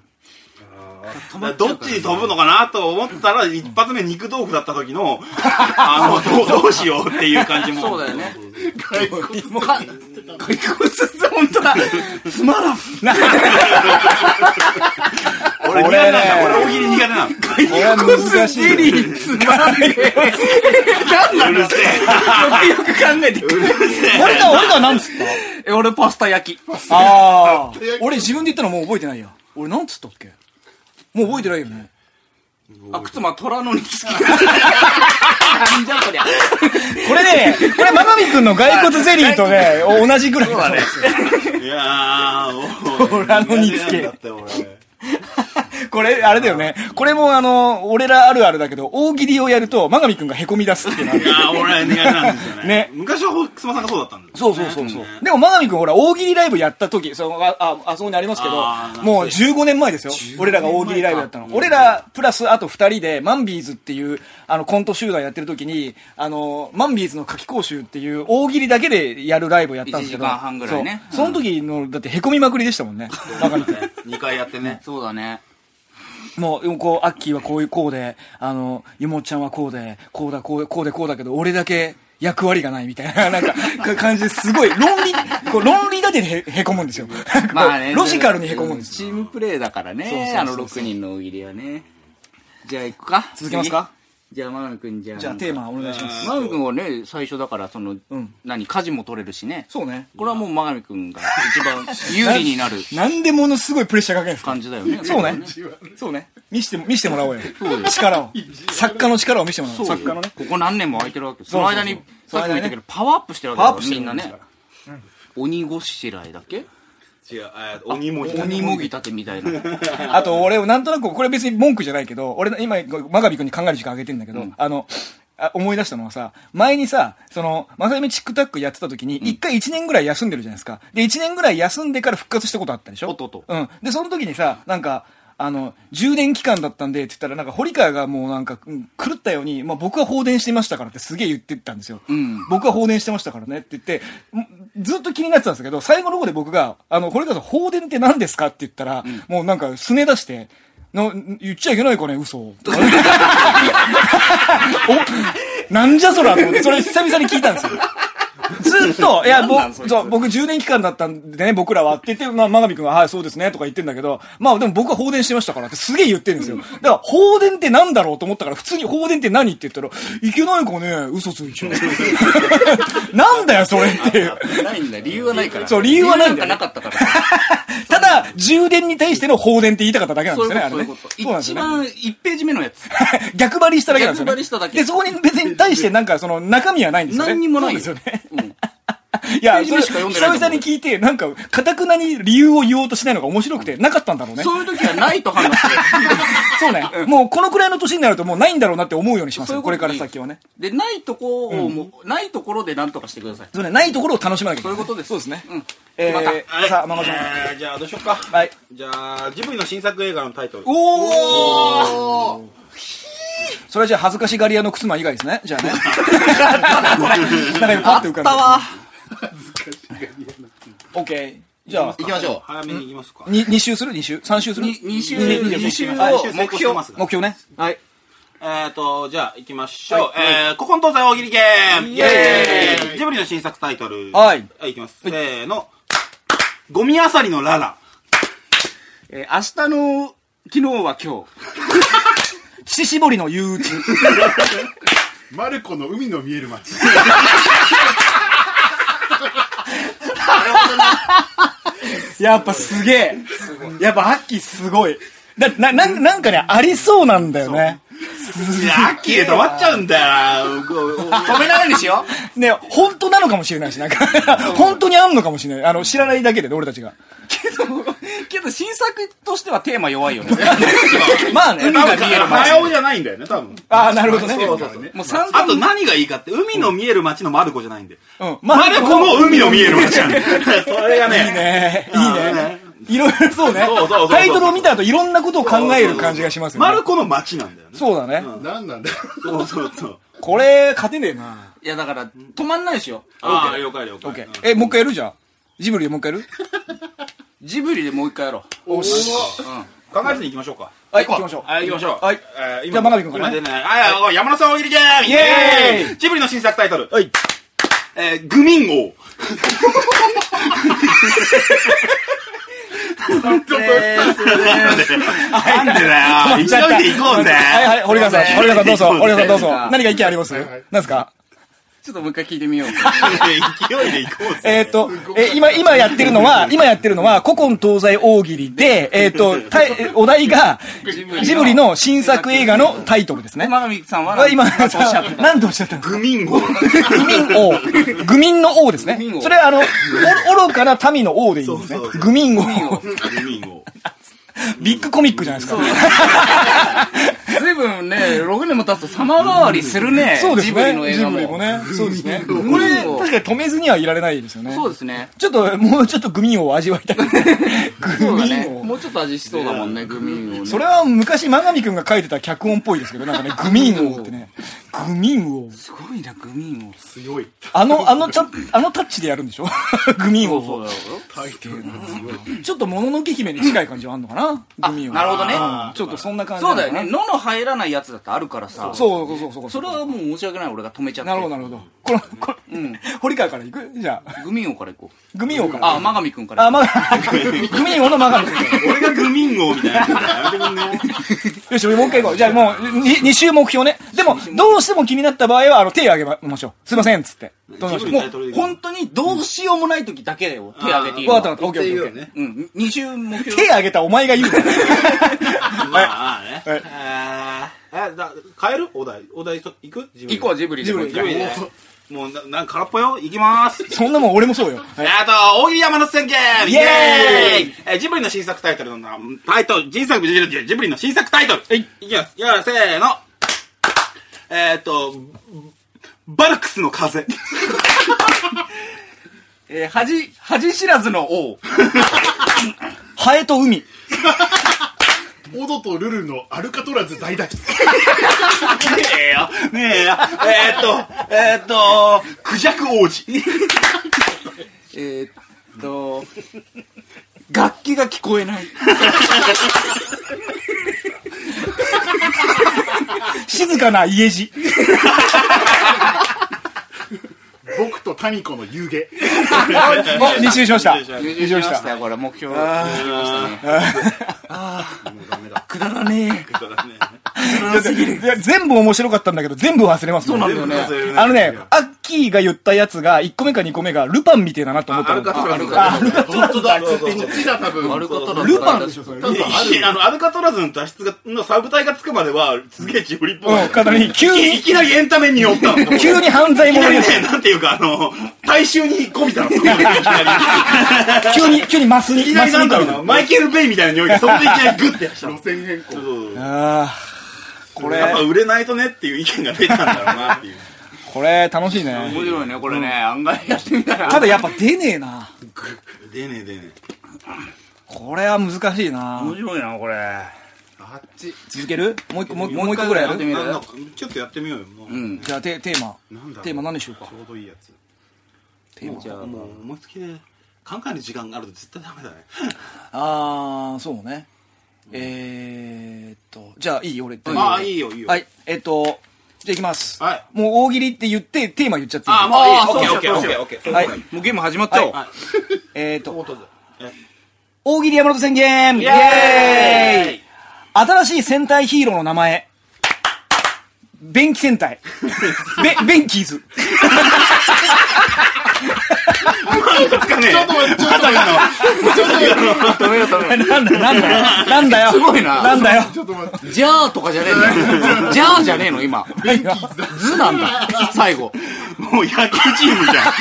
Speaker 2: どっちに飛ぶのかなと思ったら、一発目肉豆腐だった時の、 あの、どうどうしようっていう感じも。
Speaker 3: そうだよね。
Speaker 4: も
Speaker 3: か、外国人本当だ。つまらん。
Speaker 2: 俺苦
Speaker 1: これ
Speaker 2: 手
Speaker 1: ね
Speaker 2: なんだ。俺大喜利苦手なの。
Speaker 1: これは難しい。
Speaker 3: ゼリーつまらんね。何な
Speaker 2: う
Speaker 3: の
Speaker 2: る
Speaker 3: よ
Speaker 2: せえ。
Speaker 3: くよく考えて。
Speaker 1: 俺が、俺が何つった
Speaker 3: え俺パスタ焼き。
Speaker 1: ああ。俺自分で言ったのもう覚えてないや。俺なんつったっけもう覚えてないよね。
Speaker 3: あ、靴間虎のに つき。なんじゃこりゃ。
Speaker 1: これね、これ、まなみくんの骸骨ゼリーとね、お同じぐらいの。
Speaker 2: いや ー、
Speaker 1: ほらあの煮付け
Speaker 2: 苦手なんだって俺
Speaker 1: これ、あれだよね。これもあの、俺らあるあるだけど、大喜利をやると、まがみくんが凹み出すっていうのあ
Speaker 2: い
Speaker 1: る
Speaker 2: やー、俺苦手なんですよね。
Speaker 1: ね
Speaker 2: 昔はほくすまさんがそうだったんです よ。
Speaker 1: そうそうそうそう。でも、まがみくんほら、大喜利ライブやった時、そのあ、あ、あそこにありますけど
Speaker 2: あ、ー
Speaker 1: もう15年前ですよ。俺らが大喜利ライブやったの。俺ら、プラスあと2人で、マンビーズっていう、あの、コント集団やってる時に、あの、マンビーズの夏季講習っていう、大喜利だけでやるライブをやったんですけど。
Speaker 3: 一時間半ぐらいね
Speaker 1: そうその時の、だって凹みまくりでしたもんね。まがみくん。
Speaker 2: 2回やってね。
Speaker 3: そうだね。
Speaker 1: もう、こう、アッキーはこういう、こうで、あの、ゆもっちゃんはこうで、こうだ、こう、こうで、こうだけど、俺だけ役割がないみたいな、なん か、か感じですごい、論理、こう、論理立てにへへこむんですよ。
Speaker 3: まあね。
Speaker 1: ロジ カルにへこむんですよ
Speaker 3: チームプレーだから
Speaker 1: そうそうそう
Speaker 3: ね。
Speaker 1: そう
Speaker 3: あの6人の大喜利はね。じゃあ行くか
Speaker 1: 続けますか
Speaker 3: 次じゃあ、マウン君じゃあ。
Speaker 1: じゃあテー。マお願いします。
Speaker 3: マウン君はね、最初だから、その
Speaker 1: うん、
Speaker 3: 何、家事も取れるしね。
Speaker 1: そうね。
Speaker 3: これはもう、マガミ君が一 番有利になる
Speaker 1: なんでものすごいプレッシャーかけるんですか
Speaker 3: 感じだよね。
Speaker 1: そうね。そうね。見しても、見してもらおうよ。力を。作家の力を見してもらおう。
Speaker 3: そう
Speaker 1: 作家
Speaker 3: よ
Speaker 1: のね。
Speaker 3: ここ何年も空いてるわけそ
Speaker 1: そう
Speaker 3: の
Speaker 1: そうそう
Speaker 3: 間に、
Speaker 1: その
Speaker 3: さっ
Speaker 1: 間
Speaker 3: き
Speaker 1: に
Speaker 3: も
Speaker 1: ね
Speaker 3: 言ったけど、パワーアップしてるわけ
Speaker 1: パ
Speaker 3: だ
Speaker 1: ワーアッ
Speaker 3: から、
Speaker 1: プして
Speaker 3: み
Speaker 1: るも
Speaker 3: んなん
Speaker 1: ですか
Speaker 3: ね。鬼ごしらえだっけ
Speaker 2: 違う、えー鬼もいた
Speaker 3: 鬼もぎたてみた いな。
Speaker 1: あと、俺、なんとなく、これ別に文句じゃないけど、俺、今、マガビ君に考える時間あげてんだけど、あの、あ思い出したのはさ、前にさ、その、まさゆみチックタックやってた時に、一回一年ぐらい休んでるじゃないですか。で、一年ぐらい休んでから復活したことあったでしょ
Speaker 3: おっとっと
Speaker 1: うん。で、その時にさ、なんか、あの、充電期間だったんで、って言ったら、なんか、堀川がもうなんか、うん狂ったように、まあ僕は放電してましたからってすげえ言ってたんですよ。僕は放電してましたからねって言って、んずっと気になってたんですけど、最後の方で僕が、あの、堀川さん、放電って何ですかって言ったら、もうなんか、すね出して、の言っちゃいけないかね、 嘘。とかおなんじゃそらと思って、それ久々に聞いたんですよ。ずっと、いや、僕、そう、僕10年期間だったんでね、僕らはって言って、まあ、真上君は、はい、そうですね、とか言ってんだけど、まあ、でも僕は放電してましたからってすげえ言ってるんですよ。だから、放電ってなんだろうと思ったから、普通に放電って何って言ったら、いけないかね、嘘ついちゃ う。なんだよ、それっていう。
Speaker 3: ないんだ、理由はないから。
Speaker 1: そう理由はないんだよ
Speaker 3: 理由なんかなかったから。
Speaker 1: ただ、充電に対しての放電って言いたかっただけなんで
Speaker 3: そう
Speaker 1: す
Speaker 3: い
Speaker 1: よ
Speaker 3: う
Speaker 1: ね、
Speaker 3: こ
Speaker 1: あ
Speaker 3: と、
Speaker 1: れ
Speaker 3: そういう
Speaker 1: ね
Speaker 3: こ。と。
Speaker 1: そうなんです
Speaker 3: 一
Speaker 1: よね
Speaker 3: 番、1ページ目のやつ。
Speaker 1: 逆張りしただけなんですよ、ね。
Speaker 3: 逆張りしただけ
Speaker 1: で、そこに別に対してなんかその中身はないんですよね。
Speaker 3: 何にもないよ
Speaker 1: そうですよね。
Speaker 3: うん
Speaker 1: いや、
Speaker 3: ページ
Speaker 1: そ
Speaker 3: 目
Speaker 1: れ
Speaker 3: しか
Speaker 1: 久
Speaker 3: 読んでないと思う
Speaker 1: 々に聞いて、なんか、かたくなに理由を言おうとしないのが面白くて、なかったんだろうね。
Speaker 3: そういう時はないと判断する。
Speaker 1: そうね。もうこのくらいの年になるともうないんだろうなって思うようにし ます
Speaker 3: そうい
Speaker 1: よ。
Speaker 3: う
Speaker 1: こ
Speaker 3: こと
Speaker 1: れ
Speaker 3: でいい
Speaker 1: から先はね。
Speaker 3: で、ないとこをもう、ないところで何とかしてください。
Speaker 1: そうね、ないところを楽しまなきゃいけ
Speaker 3: そう
Speaker 1: ないい。
Speaker 3: うことです。そうですね。うん。
Speaker 1: え
Speaker 3: また
Speaker 1: ー、さあ、ママさん。
Speaker 2: えーじゃあどうしよっか
Speaker 1: はい
Speaker 2: じゃあジブリの新作映画のタイトル
Speaker 1: おーそれじゃあ恥ずかしがり屋の靴間以外ですね。じゃ あね。なんかパッて浮かんだ。オッケー。じゃあ、
Speaker 3: 行きましょ
Speaker 2: 早めにいきますか
Speaker 1: に二周する二周三周する
Speaker 3: う。2週、
Speaker 1: 二二
Speaker 3: 二週を
Speaker 1: はい
Speaker 2: 目
Speaker 3: 目
Speaker 2: 標
Speaker 3: 標。
Speaker 2: ますが
Speaker 1: 目標ね。
Speaker 3: はい。
Speaker 2: えっとじゃあ行きましょうえー古今東西大喜利ゲームイエーイジブリの新作タイトル
Speaker 1: はい
Speaker 2: いきますせーのゴミあさりのララ
Speaker 3: えー、明日の、昨日は 今
Speaker 1: 乳搾りの憂鬱。
Speaker 4: マルコの海の見える街。
Speaker 1: やっぱすげえ。やっぱアッキーすごい。だな、な、なんかね、ありそうなんだよね。
Speaker 2: いやアッキーで止まっちゃうんだよな
Speaker 3: 日。止めないようにしよ
Speaker 1: ね、本当なのかもしれないし、なんか、本当にあんのかもしれない。あの、知らないだけでね、俺たちが。
Speaker 3: う。 けど、新作としてはテーマ弱いよね。
Speaker 1: まあね。
Speaker 2: 多分早尾じゃないんだよね多分
Speaker 1: ああ、なるほどね。
Speaker 2: そうそうそう
Speaker 3: もう3
Speaker 2: あ
Speaker 3: 回
Speaker 2: と何がいいかって海の見える街のマルコじゃないんで
Speaker 1: うん。
Speaker 2: マルコの海の見える街なんでそれがね
Speaker 1: いいね。いい
Speaker 2: あー
Speaker 1: ね。いろいろそうね
Speaker 2: そうそうそうそう。
Speaker 1: タイトルを見た後、いろんなことを考える感じがします
Speaker 2: マ
Speaker 1: よ
Speaker 2: ル
Speaker 1: ね。
Speaker 2: コの街なんだよね
Speaker 1: そうだね。
Speaker 4: 何なんだよ。
Speaker 2: そうそうそう
Speaker 1: これ、勝てねえな。
Speaker 3: いや、だから、止まんないでしょ。
Speaker 2: ああ了解了解
Speaker 1: オッケー。え、もう一回やるじゃあ。ジブリでもう一回やる
Speaker 3: ジブリでもう一 回やろう。
Speaker 2: 考えずに行きましょうか
Speaker 1: はい、行きましょう。
Speaker 2: はい行きましょう
Speaker 1: はい
Speaker 2: えー今
Speaker 1: じゃあ真鍋君からね
Speaker 2: 今出ないはいはい山田さん大喜利ゲームイ
Speaker 1: エーイ
Speaker 2: エーイジブリの新作タイトル
Speaker 1: はい
Speaker 2: えーグ ミン王なんでだよ
Speaker 1: ちゃっ
Speaker 2: 急
Speaker 1: た
Speaker 2: いで行こうぜ
Speaker 1: はいはい、堀川さん、
Speaker 3: そうね
Speaker 1: 堀川さんどうぞ、
Speaker 2: そうね
Speaker 1: 堀川さんどうぞ
Speaker 3: そうね。
Speaker 1: 何か意見あります
Speaker 4: はい
Speaker 1: 何すか
Speaker 3: ちょっともう一回聞いてみよう。
Speaker 2: 勢いで行こうぜ
Speaker 1: えっと、え、今、今やってるのは、今やってるのは、古今東西大喜利で、えっと、たえお題が、ジブリの新作映画のタイトルですね。
Speaker 3: マガミさんは
Speaker 1: は、今、
Speaker 3: なんかおっしゃった
Speaker 1: 何とおっしゃったの
Speaker 2: グミンゴ
Speaker 1: 愚民王。愚民の王ですね
Speaker 3: 愚民。王
Speaker 1: それは、あの、お愚かな民の王でいいんですね
Speaker 2: そうそうそ。う
Speaker 1: 愚民王。
Speaker 2: グミンゴ
Speaker 1: ビッグコミックじゃないですか。
Speaker 3: 随分ね、6年も経つと様変わりするね。
Speaker 1: そうです
Speaker 3: ジブリ
Speaker 1: ね。
Speaker 3: の映
Speaker 1: ジ
Speaker 3: 画
Speaker 1: ブ
Speaker 3: も。
Speaker 1: リもね。そうですね。こ
Speaker 3: 民王
Speaker 1: れ、確かに止めずにはいられないですよね。
Speaker 3: そうですね。
Speaker 1: ちょっと、もうちょっとグミン王を味わいたいですね。グ
Speaker 3: そうだ
Speaker 1: ミン
Speaker 3: ね。
Speaker 1: 王。
Speaker 3: もうちょっと味しそうだもんね、グミーンをね。
Speaker 1: それは昔、真上くんが書いてた脚本っぽいですけど、なんかね、グミン王ってね。グミン王。
Speaker 3: すごいな、グミーンを。
Speaker 4: 強い。
Speaker 1: あの、あのタッ、あのタッチでやるんでしょ グミン王。
Speaker 3: そうだよ。
Speaker 4: タイトルがすごい。
Speaker 1: ちょっともののけ姫に近い感じはあんのかなグミ王。
Speaker 3: なるほどね
Speaker 1: うんちょっとそんな感じな
Speaker 3: そう
Speaker 1: のか
Speaker 3: だ
Speaker 1: な
Speaker 3: よね。のの入らないやつだってあるからさ。
Speaker 1: そうそうそうそう。
Speaker 3: それはもう申し訳ない、俺が止めちゃって。
Speaker 1: なるほど、なるほど。この、これ、堀川から行くじゃあ、
Speaker 3: グミーンをから行こう。
Speaker 1: グミ王から。
Speaker 3: あ、真神くんから
Speaker 1: あ、
Speaker 3: 行こ
Speaker 1: まだ、 グミ王の真上くん。
Speaker 2: 俺がグミンゴみたいなやつだからやめてくんね
Speaker 1: よし、もう一回行こう。じゃあもう、2, 週目標ね。でも、どうしても気になった場合は、あの、手を挙げましょう。すいません、つって。どうしましょ
Speaker 3: う。
Speaker 1: う。
Speaker 3: も
Speaker 1: も、
Speaker 2: タイトル
Speaker 3: う、
Speaker 2: でいい
Speaker 3: 本当にどうしようもない時だけだよ、手挙げていいうの
Speaker 1: わか
Speaker 3: は
Speaker 1: ったわかった。オッケーオッケーオッケー。
Speaker 3: うん、二重目標。
Speaker 1: 手挙げたお前が言うな
Speaker 2: まあね。
Speaker 1: はい
Speaker 2: あーえだ変えるお題。お題と、行く自分で
Speaker 3: 以降はジブリでもう一
Speaker 2: ジ
Speaker 3: 回
Speaker 2: ブリで。もう、ななんか空っぽよ。行きます。
Speaker 1: そんなもん俺もそうよ。
Speaker 2: えーと、大喜利山手線ゲーム
Speaker 1: イエーイ
Speaker 2: えージブリの新作タイトルのな、タイトル、新作、ジブリジブリの新作タイトル。い。きます。いきます。せーの。えーと、バルクスの風。
Speaker 3: えー、恥、恥知らずの王。
Speaker 1: ハエと海。
Speaker 4: オドとルルのアルカトラズ大脱出。
Speaker 2: ねえよ。ねえよ。えーと、えーと、クジャク王子。
Speaker 3: えーっと、楽器が聞こえない。
Speaker 1: 静かな家路。
Speaker 4: 僕とタミコの夕げ。
Speaker 1: お、 二周しました。
Speaker 3: 入
Speaker 1: 場しました
Speaker 3: よ、これ、目標。くだらねえ。
Speaker 1: いや全部面白かったんだけど、全部忘れますそう
Speaker 3: なんだよね
Speaker 1: あのね、アッキーが言ったやつが、1個目か2個目が、ルパンみてえだなと思ったの。
Speaker 2: トラズ
Speaker 3: あアル
Speaker 4: 本当だ、こっちだ、多分。
Speaker 3: 悪かったな。
Speaker 1: ルパン
Speaker 3: で
Speaker 1: で
Speaker 3: しょ、それ。
Speaker 4: 多分あ
Speaker 2: いやあの、アルカトラズの脱出が、のサブ隊がつくまでは、すげえジブリっぽい。
Speaker 1: うん、方に、急
Speaker 2: い
Speaker 1: に
Speaker 2: い、きなりエンタメに寄ったの。
Speaker 1: 急に犯罪
Speaker 2: いき
Speaker 1: 者
Speaker 2: な
Speaker 1: に
Speaker 2: りね、なんていうか、あの、大衆に引っ込みたの、そこでいきなり。
Speaker 1: 急に、急にマス
Speaker 2: いき
Speaker 1: に、
Speaker 2: な
Speaker 1: マ
Speaker 2: り
Speaker 1: ス
Speaker 2: な
Speaker 1: に
Speaker 2: んだろうな、マイケル・ベイみたいな匂いが、そこでいきなりグッてやったの
Speaker 4: 路。線変更。
Speaker 1: あーこ
Speaker 2: やっぱ
Speaker 1: れ、
Speaker 2: 売れないとねっていう意見が出たんだろうなっていう。
Speaker 1: これ楽しいね。
Speaker 3: 面白いね、これね。案外やってみたら。
Speaker 1: ただやっぱ出ねえな。
Speaker 2: 出ねえ出ね
Speaker 1: これは難しいな。
Speaker 3: 面白いな、これ。
Speaker 4: あっち。
Speaker 1: 続けるもう一個、もう
Speaker 3: もう一
Speaker 1: もう一個ぐらいや
Speaker 3: 回
Speaker 2: え。
Speaker 1: る
Speaker 3: 見る
Speaker 2: なんかちょっとやってみようよ。もう
Speaker 3: うん。
Speaker 1: じゃあテテーマ
Speaker 4: なんだろ。う
Speaker 1: テーマ何でしょうか
Speaker 4: ち。ょうどいいやつ。
Speaker 1: テーマ。
Speaker 3: じゃあ、
Speaker 2: もう思いつきで、考える時間があると絶対ダメだね。
Speaker 1: あー、そうね。えーっと、じゃあいい俺って。
Speaker 2: ああ、いいよ、いいよ。
Speaker 1: はい。えっと、じゃあいきます。
Speaker 2: はい
Speaker 1: もう大喜利って言って、テーマ言っちゃっていい
Speaker 2: ああ、もういい
Speaker 3: あ。あ
Speaker 2: オッケー、オ
Speaker 3: そ
Speaker 2: ッケ
Speaker 3: うし
Speaker 2: ー、
Speaker 3: よ
Speaker 2: オッケー、オッケー。
Speaker 1: はい
Speaker 2: はい。
Speaker 3: もうゲーム始まったよ。
Speaker 1: はいえーっと、
Speaker 2: え
Speaker 1: 大喜利山手線ゲームイエーイ
Speaker 2: イエーイ
Speaker 1: 新しい戦隊ヒーローの名前。便器戦 隊。べ、ベンキーズ。
Speaker 2: つかねえ。
Speaker 4: まさ
Speaker 3: 止めよう、止めよ
Speaker 1: なんだよ、なんだよ。なんだよ。
Speaker 3: すごいな
Speaker 1: なんだよ。
Speaker 4: ちょっと待っ て。
Speaker 3: う。じゃあとかじゃねえんだ よ。じゃあじゃねえの、今。図なんだ。最後。
Speaker 2: もう野球チームじゃん。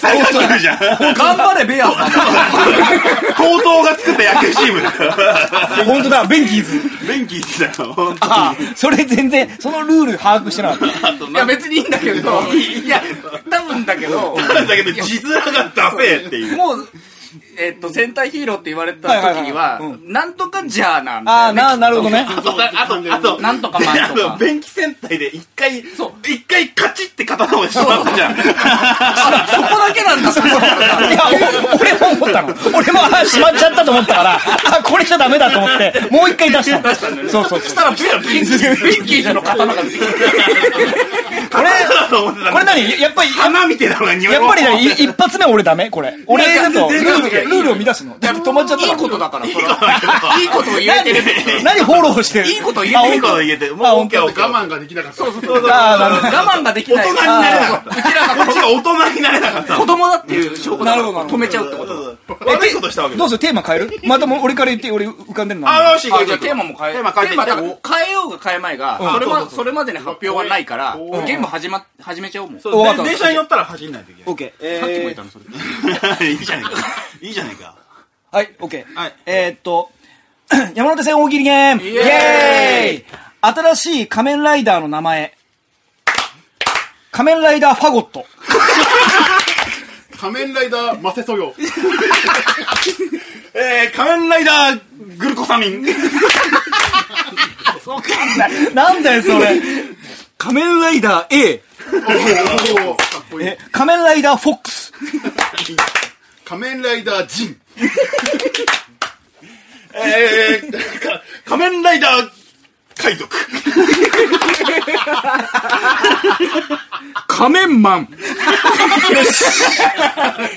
Speaker 2: 最後チームじゃん。
Speaker 3: 頑張れ、ベアーズだ
Speaker 2: 高等が作った野球チームだから。
Speaker 1: 本当だ、ベンキーズ。
Speaker 2: ベンキーズだよ、本当に
Speaker 1: あーそれ全然、そのルール把握してなかっ
Speaker 2: あと
Speaker 3: いや、
Speaker 2: な
Speaker 3: 別にいいんだけ ど。いや、多分だけど。
Speaker 2: んだけど、字面がダセえっていう。
Speaker 3: もう、えっと、戦隊ヒーローって言われた時には、
Speaker 1: はいはいはいう
Speaker 3: なんとかじゃあなん
Speaker 1: た。ああ、
Speaker 3: だ
Speaker 1: な、
Speaker 3: よね。
Speaker 1: なるほどね。
Speaker 2: あと、あと、あと、
Speaker 3: なんとかなんとか
Speaker 2: あの便器戦隊で一回、
Speaker 3: そう
Speaker 2: 一回カチって刀をしまったじゃん。
Speaker 3: あそこだけなんだ、そこ
Speaker 1: いや、お俺も思ったの。俺も、あーしまっちゃったと思ったから、あ、これじゃダメだと思って、もう一回出したの。そうそうそう。
Speaker 3: したら、ピンキー、ピンキーじゃの刀が出てき
Speaker 1: これ、
Speaker 2: 刀だと思ってた
Speaker 1: これ何やっぱり、
Speaker 2: 花みたいなのが匂い
Speaker 1: やっぱりね、い一発目俺ダメこれ。俺だと、ル
Speaker 2: 全
Speaker 1: ール
Speaker 2: 然
Speaker 1: が、ルールを乱すの。だって止まっちゃった
Speaker 3: いい
Speaker 1: の
Speaker 3: ことだから、それは。 いいことを言えてるってことだよ
Speaker 1: 何フォローしてる
Speaker 3: いいこと言えて
Speaker 2: いい
Speaker 3: る
Speaker 2: こ
Speaker 3: から
Speaker 2: と言えて、もう OK、OK。
Speaker 4: 我慢ができなかった。そうそうそう。
Speaker 1: ああ、なるほど。
Speaker 3: 我慢ができない。
Speaker 2: 大人になれなかった
Speaker 3: そうそううちらが
Speaker 2: こっちが大人になれなかった
Speaker 3: 子
Speaker 2: の。
Speaker 3: 供だっていう証拠だ
Speaker 1: な
Speaker 3: か
Speaker 1: る
Speaker 3: ら
Speaker 1: ほどなるほ
Speaker 3: 止
Speaker 1: ど
Speaker 3: めちゃうってことだ。
Speaker 2: 悪いことしたわけ
Speaker 1: ど
Speaker 2: だ
Speaker 1: うするテーマ変えるまたもう俺から言って、俺浮かんでるの。
Speaker 2: あ、よし、行こ
Speaker 3: あ
Speaker 2: う
Speaker 3: じ
Speaker 2: 行
Speaker 3: ゃあ
Speaker 2: こう
Speaker 3: テーマも変え、
Speaker 2: テーマ変えて
Speaker 3: テーマだから変えようが変えまいが、それは、それまでに発表はないから、ゲーム始ま、始めちゃおうもん。さっ
Speaker 1: わかっ
Speaker 2: そ
Speaker 1: た
Speaker 2: うで電車に乗ったら走んないといけない。
Speaker 1: オッケー。
Speaker 3: きも言ったの、それ。
Speaker 2: いいじゃねえか。いいじゃねえか。
Speaker 1: はい、オッケ
Speaker 2: は
Speaker 1: ー
Speaker 2: い。
Speaker 1: えーっと、 山手線大喜利ゲームイエーイ新しい仮面ライダーの名前。仮面ライダーファゴット。
Speaker 4: 仮面ライダー、マセソヨ。
Speaker 2: えー、仮面ライダーグルコサミ ン。
Speaker 1: なんだよ、そ れ。仮面ライダー A。
Speaker 4: おーかっこいい
Speaker 1: え、仮面ライダーフォックス。
Speaker 4: 仮面ライダージン
Speaker 2: えー、か仮面ライダー海賊。
Speaker 3: 仮面マン。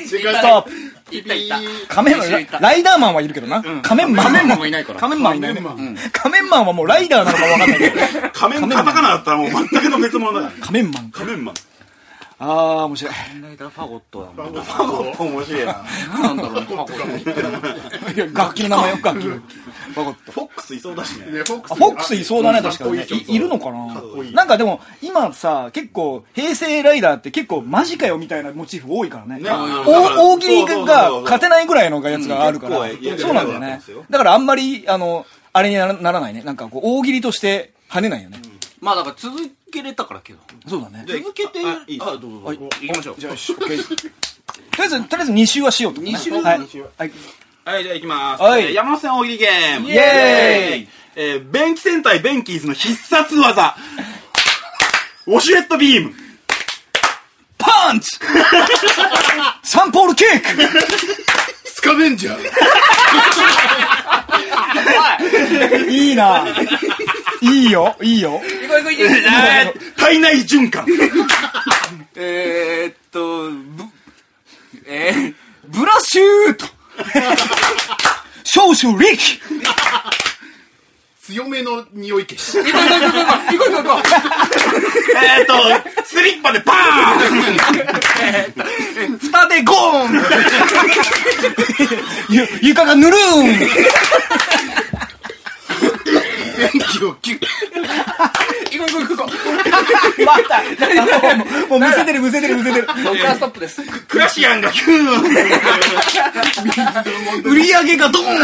Speaker 4: 正解
Speaker 1: ストップ。
Speaker 3: いったいった。
Speaker 1: 仮面
Speaker 3: 一緒いた
Speaker 1: ラ、ライダーマンはいるけどな。仮面マン。
Speaker 3: 仮面マンはいないから
Speaker 1: 仮面マンいないね。仮面マンはもうライダーなのか分かんないけど。
Speaker 2: 仮面カタカナだったらもう全くの別物だ。
Speaker 1: 仮面マン。
Speaker 2: 仮面マン。
Speaker 1: あー、面白い。
Speaker 3: ライダーファゴットだもん。
Speaker 2: 面白いな。
Speaker 3: なんだろうね、ファゴット。
Speaker 1: いや楽器の名前よく楽器。分かった。
Speaker 2: フォックスいそうだしね。
Speaker 4: でフォックス
Speaker 1: あフォックスいそうだね、確かに
Speaker 4: か
Speaker 1: ね
Speaker 4: っこいい。
Speaker 1: いいるのかななんかでも、今さ、結構、平成ライダーって結構、マジかよみたいなモチーフ多いからね。
Speaker 2: ね
Speaker 1: お大喜利が勝て
Speaker 2: ない。
Speaker 1: ないぐらいのやつがあるから、
Speaker 2: うん結構
Speaker 1: そうなんだよ
Speaker 2: いいや
Speaker 1: ね
Speaker 2: つだよ
Speaker 1: だからあんまりあのあれにならならないねなんかこう大喜利として跳ねないよね、
Speaker 3: まあだから続けれたからけど。
Speaker 1: そうだね とり
Speaker 3: 続けて、
Speaker 2: あいいっす
Speaker 3: あ、どうぞどうぞ。行きましょう。じゃあ、
Speaker 1: あえずとりあえず2周はしようと2
Speaker 3: 周
Speaker 1: はい、
Speaker 3: 二周
Speaker 1: はい、
Speaker 2: はい、じゃあ行きます。
Speaker 1: はい
Speaker 2: えー山手線大喜利ゲーム。
Speaker 1: イエーイ
Speaker 2: えー、便器戦隊ベンキーズの必殺技。 ウォシュレットビーム。
Speaker 1: パン チサンポールキッ
Speaker 4: スカベンジャー
Speaker 1: クいいないいよいいよ
Speaker 3: 行こう行こう行
Speaker 2: え
Speaker 3: こう
Speaker 2: ー体内循環。
Speaker 3: えーっと、ぶ、えー、ブラシュート
Speaker 1: 少々力
Speaker 4: 強めの匂い消し
Speaker 3: 行こう行こう行こう行こう行こう行こう
Speaker 2: えーと、スリッパでパーン
Speaker 3: 蓋でゴーン
Speaker 1: ゆ床がぬるーん
Speaker 4: 電気をキュッ
Speaker 3: 行こう行こう行こう
Speaker 1: また もうもうむせてるむせてるむせてる
Speaker 3: 僕はストップです。
Speaker 2: クラシアンがキューン
Speaker 1: 売り上げがドーン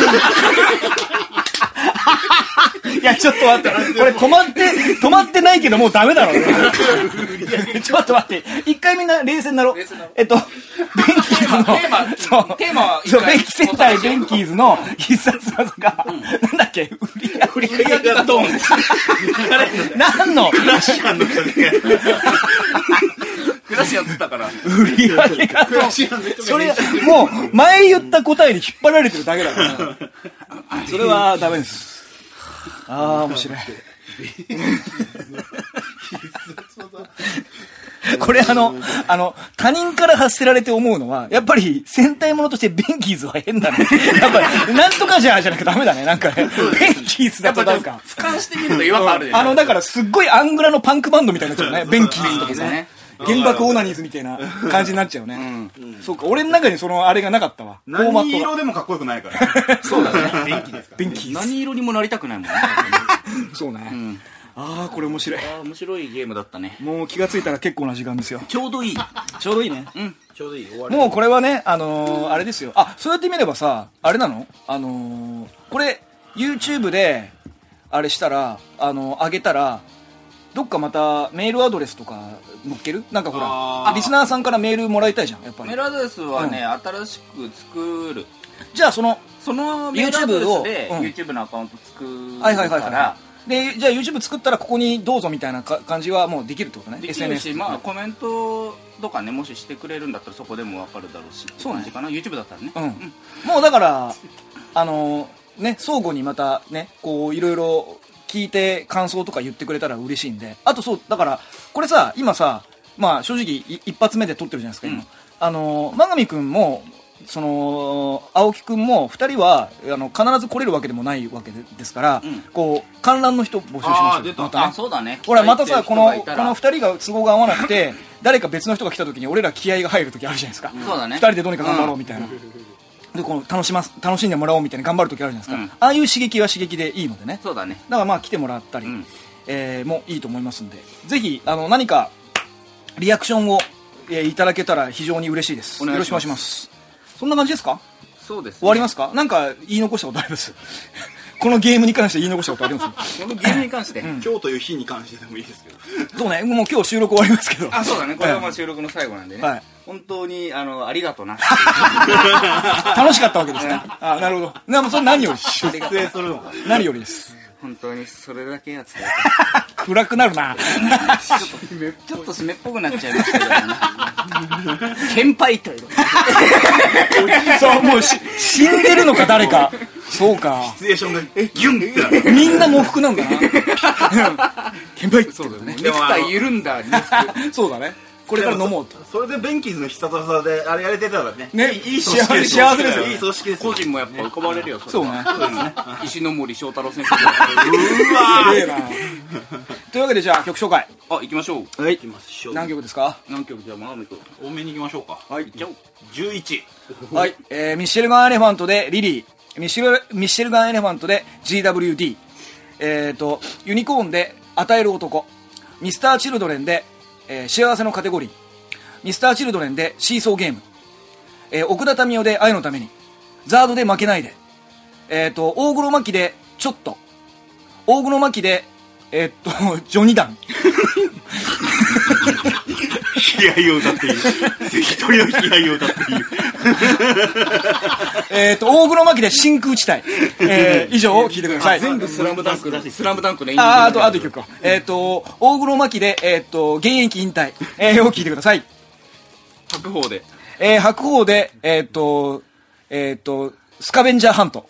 Speaker 1: いや、ちょっと待って。これ止まって、止まってないけどもうダメだろうね。ちょっと待って。一回みんな冷静になろう
Speaker 3: 冷静になろう。
Speaker 1: えっと、ベンキーズの、
Speaker 3: テーマ
Speaker 1: そう
Speaker 3: テーマは一
Speaker 1: そう、
Speaker 3: 回
Speaker 1: ベンキ戦隊ベンキーズの必殺技が、なんだっけ、売り上げ。
Speaker 2: が ドン
Speaker 1: 何の
Speaker 2: クラシアンの人で。
Speaker 3: クラシやってたから。
Speaker 1: 売り上げがドーンそれ、もう、前言った答えに引っ張られてるだけだ から。それはダメです。ああ、面 白い。これあの、あの、他人から発せられて思うのは、やっぱり戦隊ものとしてベンキーズは変だね。やっぱり、なんとかじゃじゃなくダメだね。なんかね、ベンキーズ
Speaker 3: や
Speaker 1: だ
Speaker 3: っぱ
Speaker 1: とな
Speaker 3: な
Speaker 1: んん
Speaker 3: か
Speaker 1: か、、
Speaker 3: 俯瞰してみると違和感あるでしょ。
Speaker 1: あの、だからすっごいアングラのパンクバンドみたいになっちゃうね。ベンキーズとかさ
Speaker 3: ね。
Speaker 1: 原爆オーナニーズみたいな感じになっちゃうね。そうか、俺の中にそのあれがなかったわ。フォーマ
Speaker 2: 何
Speaker 1: ット
Speaker 2: 色
Speaker 1: が。
Speaker 2: でもかっこよくないから。
Speaker 3: そうだね。
Speaker 1: ベンキーズ。
Speaker 3: 何色にもなりたくないもんね。
Speaker 1: そうね。ああ、これ面白い。
Speaker 3: ああ、面白いゲームだったね。
Speaker 1: もう気がついたら結構な時間ですよ。
Speaker 3: ちょうどいい。
Speaker 1: ちょうどいいね。
Speaker 3: うん。ちょうどいい。終わ
Speaker 1: もうこれはね、あのーあれですよ。あ、そうやって見ればさ、あれなのあのーこれ、YouTube で、あれしたら、あのー上げたら、どっかまたメールアドレスとか載っけるなんかほ
Speaker 2: あ
Speaker 1: ら、
Speaker 2: ー
Speaker 1: リスナーさんからメールもらいたいじゃん、やっぱり
Speaker 3: メー。ルアドレスはね、新しく作る。
Speaker 1: じゃあその、
Speaker 3: そのメールアドレスで
Speaker 1: YouTube をうん
Speaker 3: YouTube のアカウント作る
Speaker 1: はいはいはい
Speaker 3: か
Speaker 1: は
Speaker 3: ら、
Speaker 1: い。で、じゃあ YouTube 作ったらここにどうぞみたいなか感じはもうできるってことね。
Speaker 3: できる
Speaker 1: SNS
Speaker 3: し、まあコメントとかね、もししてくれるんだったらそこでもわかるだろうし。
Speaker 1: そうね
Speaker 3: 感じかな。YouTube だったらね。
Speaker 1: うん。もうだから、あのね、相互にまたね、こう、いろいろ聞いて感想とか言ってくれたら嬉しいんで。あとそう、だから、これさ、今さ、まあ正直い一発目で撮ってるじゃないですか、今。
Speaker 3: うん
Speaker 1: あのー、まがみくんも、その、青木くんも、二人は、あの、必ず来れるわけでもないわけでですから、
Speaker 3: うん
Speaker 1: こう、観覧の人募集し
Speaker 2: あ
Speaker 1: ま
Speaker 2: ー
Speaker 1: しょ
Speaker 2: 出
Speaker 1: う。
Speaker 2: た
Speaker 1: またね
Speaker 3: あ、そうだね。
Speaker 1: ほらまたさこのこの
Speaker 3: の
Speaker 1: 2人が都合が合わなくて 誰か別の人が来た時に俺ら気合が入る時あるじゃないですか、
Speaker 3: そうだね
Speaker 1: 2人でどうにか頑張ろうみたいな、でこの楽します楽しんでもらおうみたいな頑張る時あるじゃないですか、
Speaker 3: うん
Speaker 1: ああいう刺激は刺激でいいのでねだ
Speaker 3: そうだね。
Speaker 1: からまあ来てもらったり、
Speaker 3: うん
Speaker 1: えーもいいと思いますんでぜひあの何かリアクションを、えーいただけたら非常に嬉しいです
Speaker 3: お願
Speaker 1: よ
Speaker 3: い
Speaker 1: ろ
Speaker 3: し
Speaker 1: し
Speaker 3: ま
Speaker 1: ますしますそんな感じですか
Speaker 3: そうです、
Speaker 1: 終わり
Speaker 3: ま
Speaker 1: ますかなんか言い残したことあります ここのゲームに関して言い残したことあります
Speaker 3: このゲームに関して、
Speaker 2: 今日という日に関してでもいいですけど。
Speaker 1: そうね、もう今日収録終わりますけど。
Speaker 3: あそうだねこれはまあ収録の最後なんでね、
Speaker 1: はい
Speaker 3: 本当にあのありがと な
Speaker 1: 楽しかったわけですね。あ、なるほど。な、もうそれ何より。
Speaker 2: 出演するのか。
Speaker 1: 何よりです。
Speaker 3: 本当にそれだけやつ
Speaker 1: 暗くなるな。
Speaker 3: ちょっと湿っぽくなっちゃいましたけどね 先輩ということで
Speaker 1: そう、もうし 死んでるのか誰か。そうか。
Speaker 2: シチュエーションが、ギュンってなる。
Speaker 1: みんな喪服 なんだな。先輩。そうだ
Speaker 3: ネクタイ緩んだ
Speaker 1: そうだね。これから飲もうと。
Speaker 2: それでベンキーズの必殺技で、あれやれてたらね。
Speaker 1: ね
Speaker 2: いい組織です
Speaker 1: 幸せですよ
Speaker 2: いい組織です
Speaker 3: 個
Speaker 2: よ。
Speaker 3: 人もやっぱ浮かばれるよそれ
Speaker 1: そうね。
Speaker 3: 石ノ森章太郎先生
Speaker 2: うわ
Speaker 1: ええな。というわけでじゃあ曲紹介。
Speaker 3: あ行きましょう
Speaker 2: はい。行きましょう。
Speaker 1: 何曲ですか
Speaker 3: 何曲じゃあマナミ君
Speaker 2: 多めに行きましょうか。
Speaker 1: はい。
Speaker 3: じゃあ
Speaker 2: 11。
Speaker 1: はい。えー、ミシェルガンエレファントでリリー。ミシェル、ミシェルガンエレファントで GWD。えっ、ー、と、ユニコーンで与える男。ミスター・チルドレンで、えー幸せのカテゴリー。ミスター・チルドレンでシーソーゲーム。えー奥田民生で愛のために。ザードで負けないで。えっ、ー、と、大黒摩季でちょっと。大黒摩季で、えーっと、ジョニダン。
Speaker 2: 悲哀を歌っている。一人の悲哀を歌っている。
Speaker 1: えっ、ー、と、大黒摩季で真空地帯。えー以上を聞いてください。
Speaker 3: 全部スラムダンクのスラムダンクの演
Speaker 1: あーあと、あと一曲か。えっ、と、大黒摩季で、えっ、と、現役引退、えーを聞いてください。
Speaker 3: 白鵬で
Speaker 1: えー白鵬で、えっ、と、えっ、と、スカベンジャーハン ト。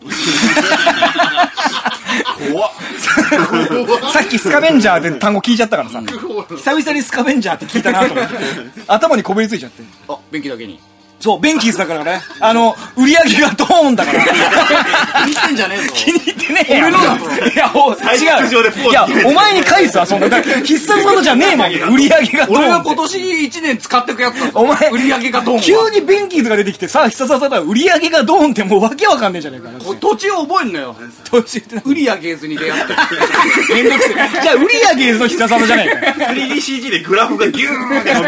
Speaker 2: 怖っ。
Speaker 1: さっきスカベンジャーって単語聞いちゃったからさ、久々にスカベンジャーって聞いたなと思って、頭にこびりついちゃって。
Speaker 3: あ便器だけに
Speaker 1: そう、ベンキーズだからね、あの、売り上げがドーンだ から。
Speaker 3: 見てんじゃね えぞ
Speaker 1: 気に入ってねえよ。いや、お、
Speaker 2: 出場でポーズ
Speaker 1: 違う。いや、お前に返すわ、そんな。だから必殺技じゃねえもん、売り上げがドーンって。
Speaker 3: 俺が今年一年使ってくやつだぞ
Speaker 1: お前、
Speaker 3: 売り上げがドン
Speaker 1: 急にベンキーズが出てきて、さあ、必殺技だ、売り上げがドーンってもうわけわかんねえじゃねえか よ。
Speaker 3: 土地を覚えんの よ
Speaker 1: どうしようってな
Speaker 3: 売り上げずに出会って めんどくせえ
Speaker 1: じゃあ、売り上げの必殺技じゃねえかよ。
Speaker 2: 3DCG でグラフがギューンって伸び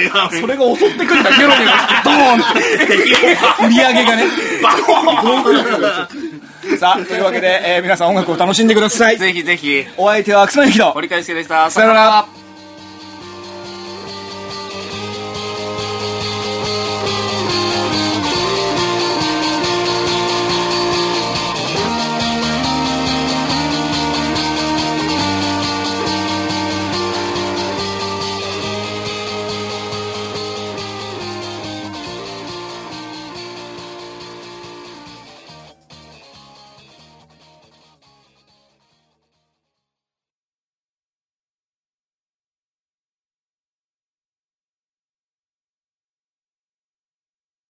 Speaker 2: る。いや
Speaker 1: それが襲ってくるんだ、ゲロゲロして、ドーンって。 売り上げがね。
Speaker 2: バ コーン
Speaker 1: さあ、というわけで、えー皆さん音楽を楽しんでください。
Speaker 3: ぜひぜひ
Speaker 1: お相手は、くすまゆきと。
Speaker 3: 折り返しでした
Speaker 1: さよなら。